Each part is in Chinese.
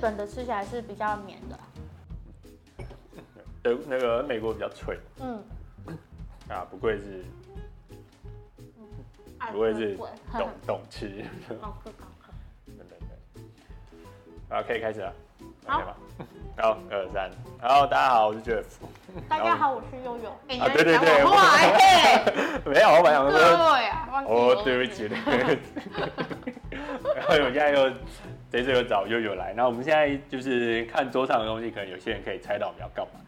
本的吃起来是比较绵的，德那个美国比较脆嗯，啊，不愧是哎不愧是贵懂懂吃，好喝好喝。对对对。啊，可以开始了好，OK 吗？ 好，二三，然后大家好，我是 Jeff。大家好，我是悠悠。哎啊对对对你还没讲我 话哎，没有，我本来想说，对啊，忘记哦，了对不起，对不起。 然后我现在又这次又找悠悠来，那我们现在就是看桌上的东西，可能有些人可以猜到我们要干嘛。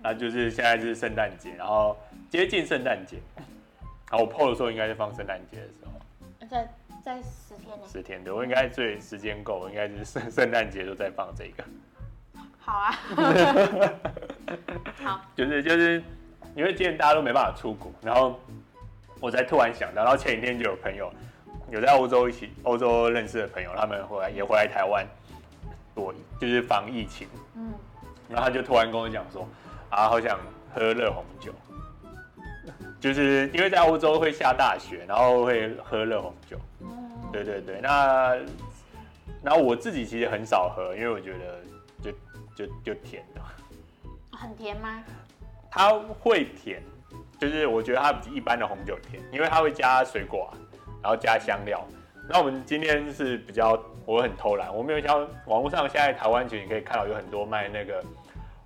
那就是现在是圣诞节，然后接近圣诞节。好，我 PO 的时候应该是放圣诞节的时候。在在十天内。十天的，我应该最时间够，我应该是圣圣诞节都在放这个，好啊，好， 就是就是因为今天大家都没办法出国，然后我才突然想到，然后前几天就有朋友有在欧洲一起欧洲认识的朋友，他们回来也回来台湾躲就是防疫情，嗯，然后他就突然跟我讲说，啊，好想喝热红酒，就是因为在欧洲会下大雪，然后会喝热红酒。嗯对对对，那然后我自己其实很少喝，因为我觉得就就就甜的，很甜吗？它会甜，就是我觉得它比一般的红酒甜，因为它会加水果、啊，然后加香料。那我们今天是比较，我很偷懒，我没有像网络上现在台湾其实你可以看到有很多卖那个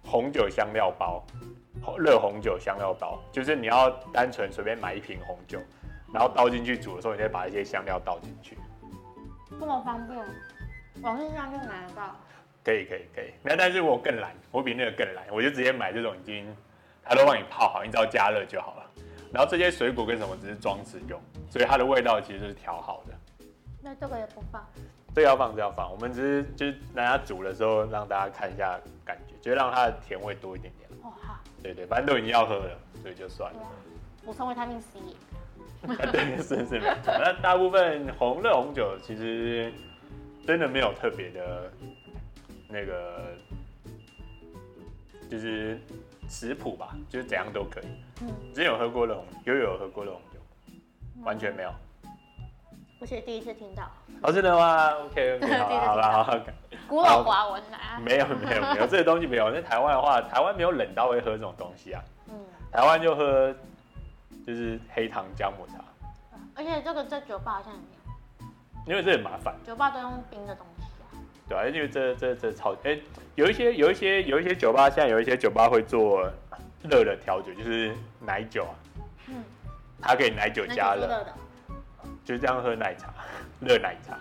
红酒香料包，红热红酒香料包，就是你要单纯随便买一瓶红酒，然后倒进去煮的时候，你再把一些香料倒进去。这么方便，网络上就买得到。可以可以可以，那但是我更懒，我比那个更懒，我就直接买这种已经，它都帮你泡好，你只要加热就好了。然后这些水果跟什么只是装饰用，所以它的味道其实就是调好的。那这个也不放，这个要放，这个要放，我们只是就是大家煮的时候让大家看一下感觉，就是让它的甜味多一点点。哦好，对对，反正都已经要喝了，所以就算对了。啊，补充维他命 C。啊 对，是是没错。那大部分红热红酒其实真的没有特别的，那个就是食谱吧，就是怎样都可以。嗯，之前有喝过热红，有有喝过热红酒，完全没有。我是第一次听到，哦，真的吗？OK OK，好啦好啦好啦，古老华文啊，没有没有没有，这个东西没有。在台湾的话，台湾没有冷到会喝这种东西啊，嗯，台湾就喝就是黑糖姜母茶，而且这个在酒吧好像也没有，因为这很麻烦。酒吧都用冰的东西啊。对啊，因为这这这超哎、有一些有一些有一些酒吧，现在有一些酒吧会做热的调酒，就是奶酒啊，嗯，它给奶酒那加就热热，的就这样喝奶茶，热奶茶。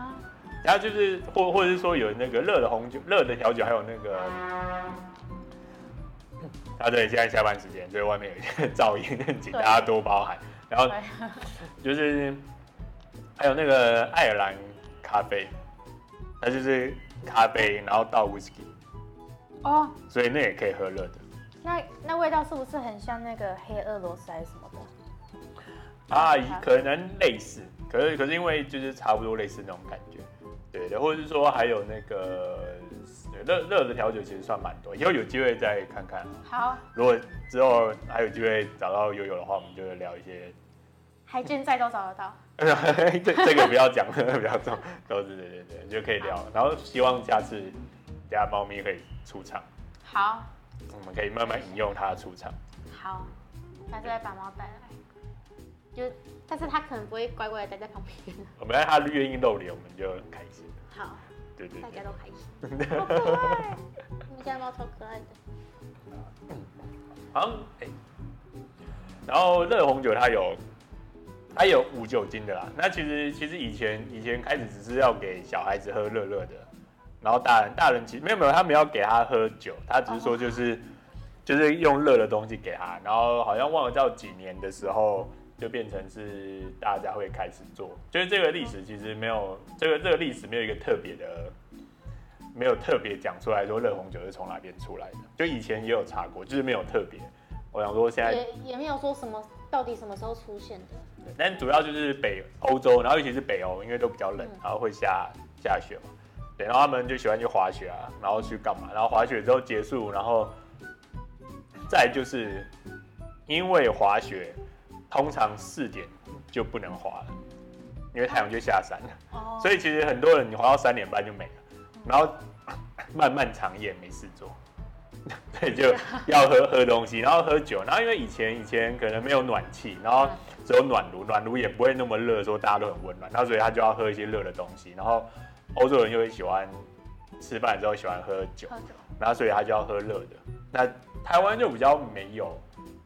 啊，然后就是或或者是说有那个热的红酒、热的调酒，还有那个啊，对，现在下班时间，所以外面有一些 噪音，请大家多包涵。然后对，就是还有那个爱尔兰咖啡，它就是咖啡，然后倒 whisky，哦，所以那也可以喝热的。那那味道是不是很像那个黑俄罗斯还是什么的？啊茶，可能类似，可是可是因为就是差不多类似那种感觉，对的，或者是说还有那个呃热热的调酒其实算蛮多，以后有机会再看看。好，如果之后还有机会找到悠悠的话，我们就会聊一些， 还健在都找得到。这这个不要讲， 不要讲，都是对对对，就可以聊。然后希望下次家猫咪可以出场，好，我们可以慢慢引用它的出场。好，下次再把猫带来。就，但是它可能不会乖乖的待在旁边。我们让它愿意露脸，我们就很开心。好，对对大对家，都开心。好可爱， 你们家猫超可爱的。好像哎、然后热红酒它有它有无酒精的啦。那其实其实以前以前开始只是要给小孩子喝热热的，然后大人大人其实没有没有，他们要给他喝酒，他只是说就是、就是用热的东西给他，然后好像忘了到几年的时候。就变成是大家会开始做，就是这个历史其实没有这个这个历史没有一个特别的，没有特别讲出来说热红酒是从哪边出来的。就以前也有查过，就是没有特别。我想说现在也也没有说什么到底什么时候出现的。对但主要就是北欧洲，然后尤其是北欧，因为都比较冷嗯，然后会下下雪嘛。对，然后他们就喜欢去滑雪啊，然后去干嘛？然后滑雪之后结束，然后再就是因为滑雪，通常四点就不能滑了，因为太阳就下山了。哦所以其实很多人你滑到三点半就没了，嗯然后 漫漫长夜没事做， 对，就啊要喝喝东西，然后喝酒，然后因为以前以前可能没有暖气，然嗯后只有暖炉，暖炉也不会那么热，说大家都很温暖，然后所以他就要喝一些热的东西，然后欧洲人又会喜欢吃饭的时候喜欢喝酒，喝酒，然后所以他就要喝热的。那台湾就比较没有，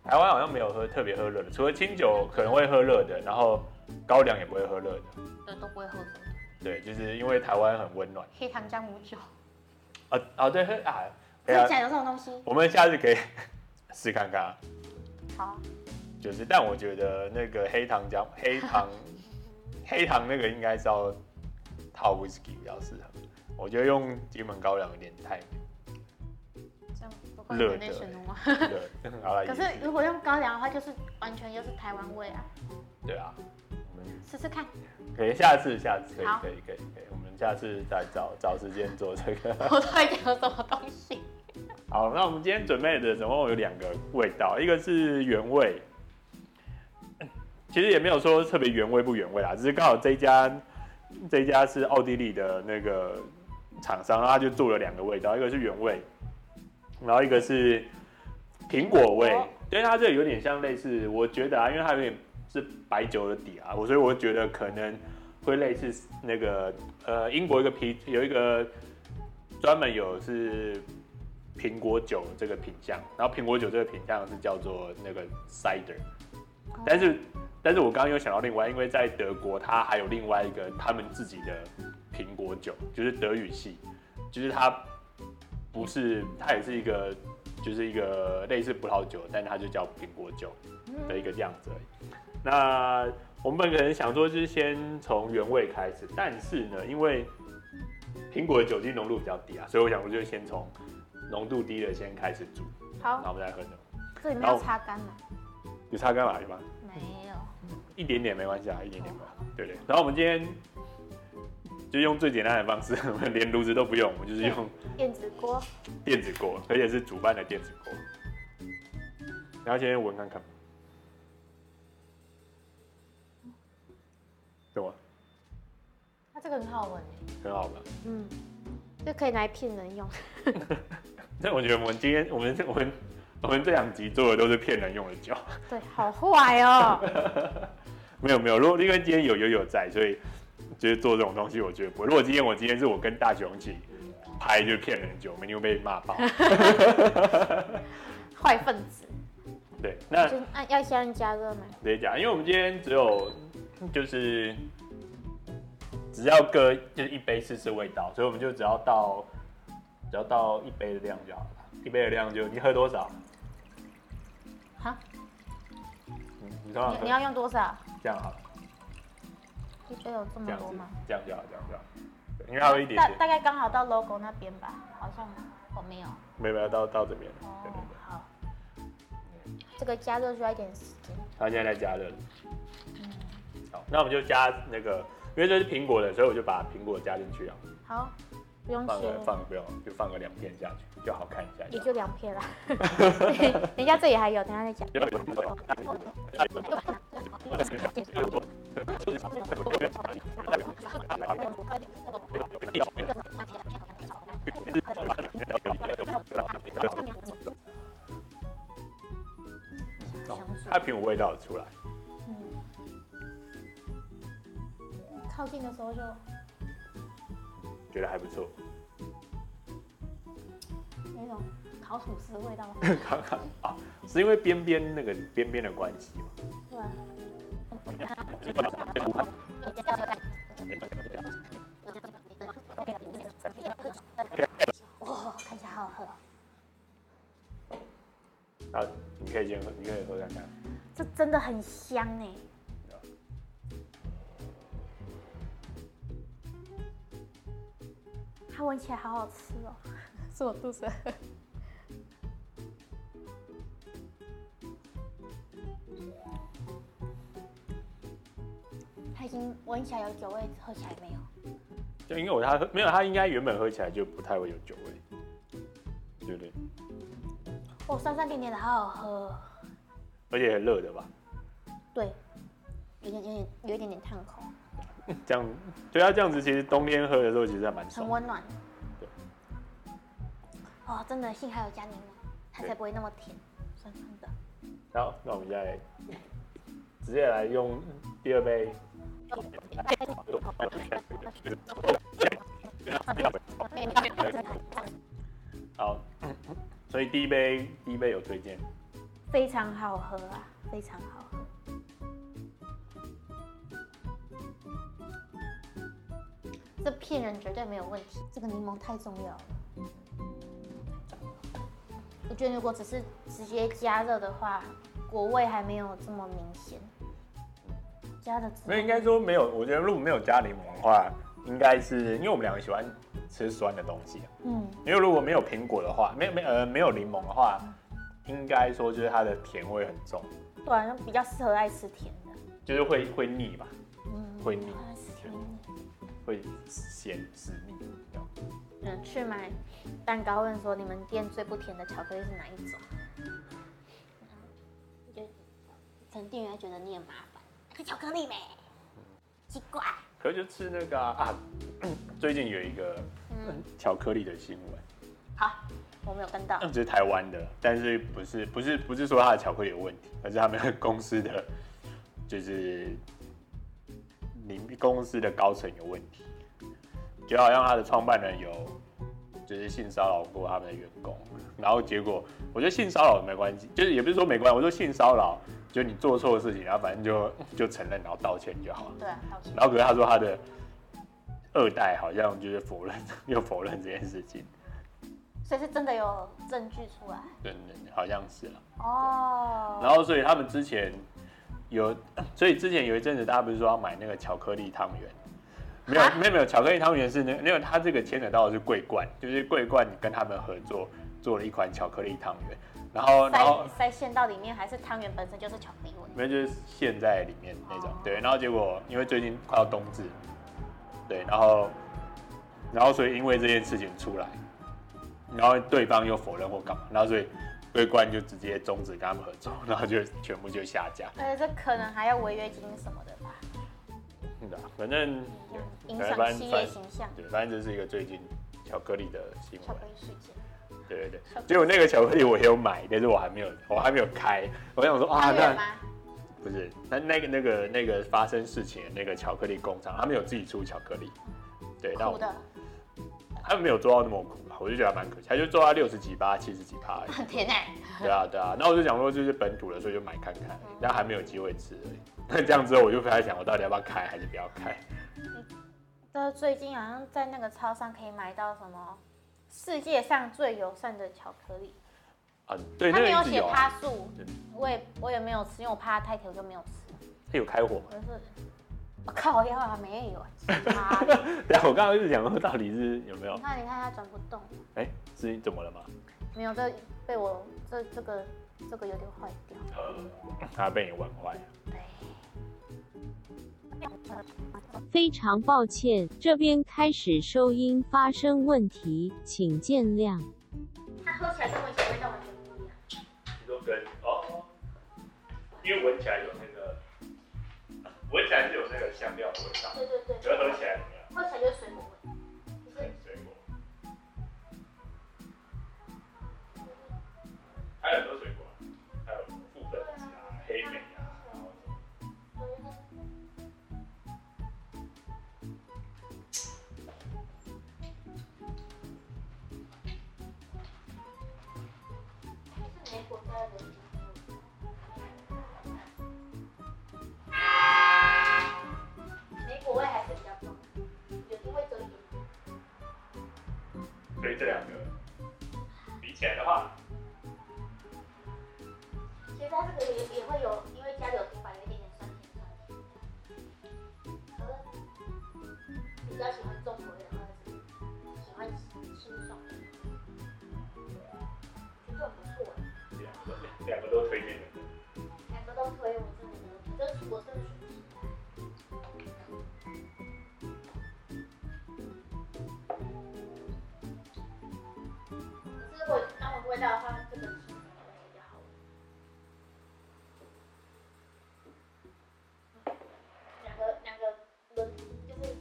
台湾好像没有喝特别喝热的，除了清酒可能会喝热的，然后高粱也不会喝热的。对，都不会喝什么。对，就是因为台湾很温暖黑糖姜母酒，啊啊，对喝啊，可以听啊起，来有这种东西。我们下次可以 试看看啊。好，就是，但我觉得那个黑糖姜黑糖黑糖那个应该是要套 whisky 比较适合，我觉得用金门高粱有点太 这样不会热的 international 吗？ 热。好了，可也是如果用高粱的话，就是完全就是台湾味啊，对啊，我们试试看。可以下次下次可以好可以可以可以，我们下次再找找时间做这个。 我到底讲了什么东西？好，那我们今天准备的总共有两个味道，一个是原味，其实也没有说特别原味不原味啦，只是刚好这一家这一家是奥地利的那个厂商，然后他就做了两个味道，一个是原味，然后一个是苹果味哦，因为它这个有点像类似，我觉得啊，因为它有点是白酒的底啊，我所以我觉得可能会类似那个呃英国一个啤有一个专门有是苹果酒这个品相，然后苹果酒这个品相是叫做那个 cider，但是但是我刚刚有想到另外，因为在德国它还有另外一个他们自己的苹果酒，就是德语系，就是它不是它也是一个就是一个类似葡萄酒，但它就叫苹果酒。的一嗯，个样子而已。那我们本可能想说，就是先从原味开始，但是呢，因为苹果的酒精浓度比较低啊，所以我想我就先从浓度低的先开始煮，然好，后我们再喝牛。这里没有擦干嘛？有擦干嘛对吧？没有。一点点没关系啊，一点点吧，对不对？然后我们今天就用最简单的方式， 我们连炉子都不用，我们就是用电子锅，电子锅，而且是主办的电子锅。然后先闻看看，对吗？它这个很好闻诶。很好吧？ 嗯，这可以拿来骗人用。但我觉得我们今天我们我们我们这两集做的都是骗人用的酒， 对，好坏哦。没有没有。如果因为今天有有有在，所以就是做这种东西，我觉得不会。如果今天我今天是我跟大雄一起拍，就是骗人的酒，我们一定会被骂 爆。 坏分子，对，那就是啊按要先按加热吗？直接讲，因为我们今天只有就是只要各就是一杯试试味道，所以我们就只要倒只要倒一杯的量就好了。一杯的量就你喝多少？好，你你通你常你喝要用多少？这样好了，一杯有哎这这么样多子吗？这样就好，这样就好。对因为还有一点大点，大概刚好到 logo 那边吧，好像我哦没有。没有没有到到这边了，对哦对对，，好。嗯这个加热需要一点时间。它现在在加热了。嗯好，那我们就加那个，因为这是苹果的，所以我就把苹果加进去啊，好，不用放切个，放不用，就放个两片下去，就好看一下就也好。就两片啦。等一下这里还有，等一下再讲。它苹果味道有出来，嗯，靠近的时候就觉得还不错。 有一种烤吐司的味道，看看啊，是因为边边那个边边的关系嘛。对吧？哇，看起来好好喝哦，啊，你可以先喝，你可以喝看看。这真的很香哎、它闻起来好好吃哦， 是我肚子饿。它已经闻起来有酒味，喝起来没有。就因为我它喝没有，它应该原本喝起来就不太会有酒味，对不对？哦，酸酸甜甜的，好好喝哦。而且很热的吧？对，有点有点有一点点烫口，这样，对啊，这样子其实冬天喝的时候其实还蛮很爽。温暖。哦，真的幸好有加柠檬，它才不会那么甜，酸酸的。好，那我们现在直接来用第二杯。好，所以第一杯第一杯有推荐，非常好喝啊，非常好喝。这骗人绝对没有问题，这个柠檬太重要了。我觉得如果只是直接加热的话，果味还没有这么明显。加的没有应该说没有，我觉得如果没有加柠檬的话，应该是因为我们两个喜欢吃酸的东西啊、嗯，因为如果没有苹果的话，没没呃没有柠檬的话，应该说就是它的甜味很重，对啊，就比较适合爱吃甜的。就是会会腻吧，嗯，会腻爱吃甜的。会咸是腻。这样嗯，去买蛋糕问说你们店最不甜的巧克力是哪一种？就可能店员觉得你很麻烦，那个巧克力呗，奇怪。可是就吃那个啊，啊最近有一个嗯，巧克力的新闻，好，我没有跟到那。只是台湾的，但是不是不是不是说它的巧克力有问题，而是他们公司的就是你公司的高层有问题，就好像他的创办人有就是性骚扰过他们的员工，然后结果我觉得性骚扰没关系，就是也不是说没关系，我说性骚扰就是你做错事情，然后反正就就承认然后道歉就好了。对啊，好奇。然后可是他说他的二代好像就是否认 又否认这件事情，所以是真的有证据出来对对，对好像是了。哦。然后所以他们之前有，所以之前有一阵子大家不是说要买那个巧克力汤圆，没有哈没有没有，巧克力汤圆是那个没有，它这个牵扯到的是桂冠，就是桂冠跟他们合作做了一款巧克力汤圆，然后然后塞塞馅到里面，还是汤圆本身就是巧克力味？没有就是陷在里面那种哦，对，然后结果因为最近快要冬至，对，然后然后所以因为这件事情出来，然后对方又否认或干嘛，然后所以桂冠就直接终止跟他们合作，然后就全部就下架。而呃且这可能还要违约金什么的吧，嗯啊，反正影对响反企业反形象。对，反正这是一个最近巧克力的新巧闻克。力事件。对对对巧克，力结果那个巧克力我也有买，但是我还没有，我还没有开。我想说啊，汤圆那吗？不是那那个那个那个发生事情的那个巧克力工厂，他们有自己出巧克力。对，但苦我的， 他们没有做到那么苦吧，啊我就觉得还蛮可惜，他就做到六十几趴、七十几趴而已。很甜哎、对啊，对啊。那我就想说，就是本土的，所以就买看看，嗯但还没有机会吃而已。那这样之后，我就开始想，我到底要不要开，还是不要开？但最近好像在那个超商可以买到什么世界上最友善的巧克力，啊，对，它那个没有一直写有啊。趴数对，我也我也没有吃，因为我怕它太甜，我就没有吃。它有开火吗？我就是，我靠，要啊没 有啊，妈的对啊，我刚刚一直讲说到底是有没有你？看你看它转不动，哎、是怎么了吗？没有这被我这这个这个有点坏掉。呃，他被你玩坏了。非常抱歉，这边开始收音发生问题，请见谅。它喝起来跟我以前味道完全不一样。你说跟哦，因为闻起来有那个，闻起来是有那个香料的味道，对对对，可是喝起来怎么样？喝起来就是水果味，水水果，还有很多水果啊，还有覆盆子啊、黑莓啊，然后是莓果加的。莓果味还是比较重，有因为这里所以这两个比起来的话，其实它这个也也会有，因为加柳丁吧，有一点点酸甜酸甜的。可嗯是比较喜欢重口味的，或者是喜欢清爽的，啊觉得很不错欸这两个两个都推荐的。两个都推，我真的觉得，就我真的选不出来。可是如果让我味道的话，这个清爽的味道比较好闻。两个两个轮就是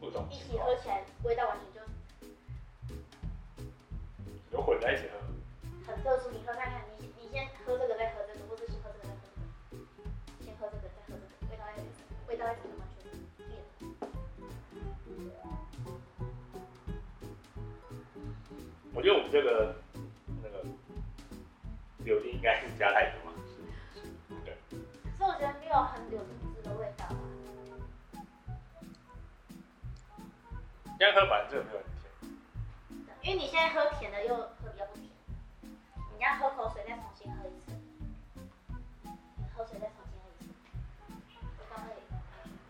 不同一情起况喝起来，味道完全就大概就是完全变了。我觉得我们这个那个柳丁应该是加太多了。所以我觉得没有很柳橙汁的味道啊。这样喝反正这个没有很甜，因为你现在喝甜的又喝比较不甜，你要喝口水再重新喝一次，你喝水再重新喝一次。我刚喝一次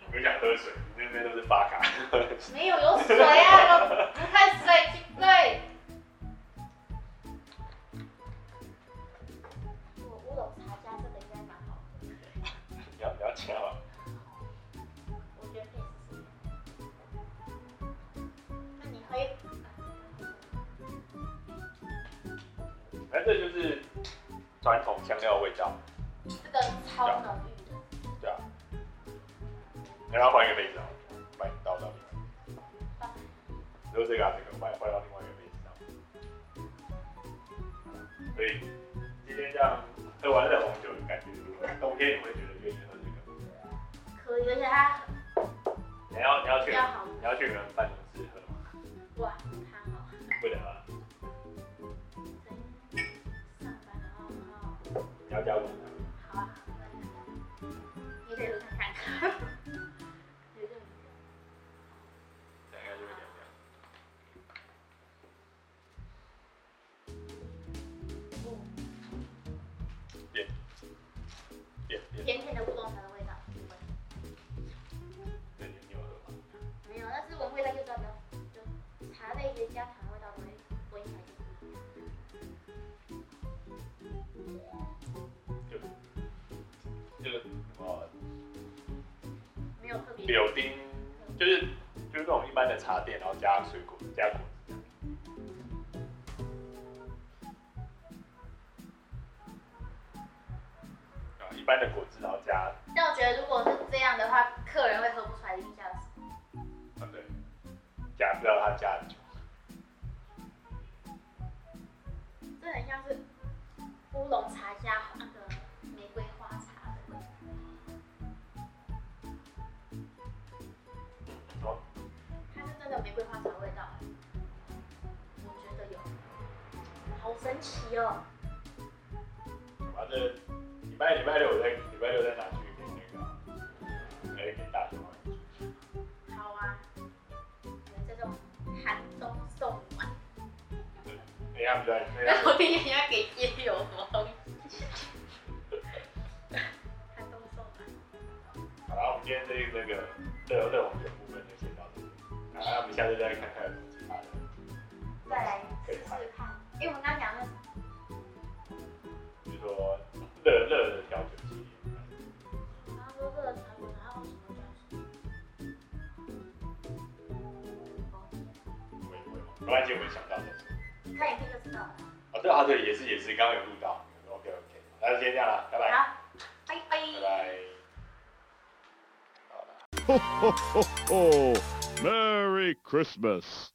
你们想喝水，你那边都是发卡。没有有水啊，我不看水奇怪。我乌龙茶加这个应该蛮好喝的，你要不要加嘛？我觉得可以试试。那你喝一反正这就是传统香料的味道，这个超浓郁的，对啊。你要不要换一个杯子啊，把你倒到另外一放个如果这个啊这个，我把你换到另外一个杯子上。所以今天这样喝完热红酒，感觉如何？冬天你会觉得愿意喝这个？可以，而且它你要你要去比较好喝你要去你们办公室喝吗？哇，汤哦。不能啊，上班然后然后你要加入。好啊，你得看看。有一个等一下就会聊聊。变变变，甜甜的乌龙茶的味道，对，你有喝吗？没有，但是闻味道就知道没有，就茶类的加糖味道闻闻起来就不一样。就是什么没有特别。柳丁，就是就是那种一般的茶店，然后加水果加果汁。啊，一般的果汁，然后加啊但我觉得如果是这样的话，客人会喝不出来一定下次。啊对，加不知道他加的酒，这很像是乌龙茶加那个玫瑰花茶的味道。哦，它是真的玫瑰花茶味道欸，我觉得有，好神奇哦！反正礼拜礼拜六我再礼拜六再拿去给那个啊，还是给大熊啊。好啊，你们这种寒冬送暖，哎呀，不对，哎然呀，后你也要给街友什么东西？寒冬送暖，好了，我们今天这一那个热热红酒部分就先到这里，然后我们下次再看看有什么其他的。再来试试看。因为我们刚讲的比如说热热的调酒系列，然后说这个传闻，然后什么叫我也会忘，没关系，我们想到再说。你看影片就知道了。哦，对啊，对，也是也是，刚刚有录到，OK OK，那就先这样了，拜拜，好，拜拜拜。拜。好了。 Ho, ho, ho, ho! Merry Christmas!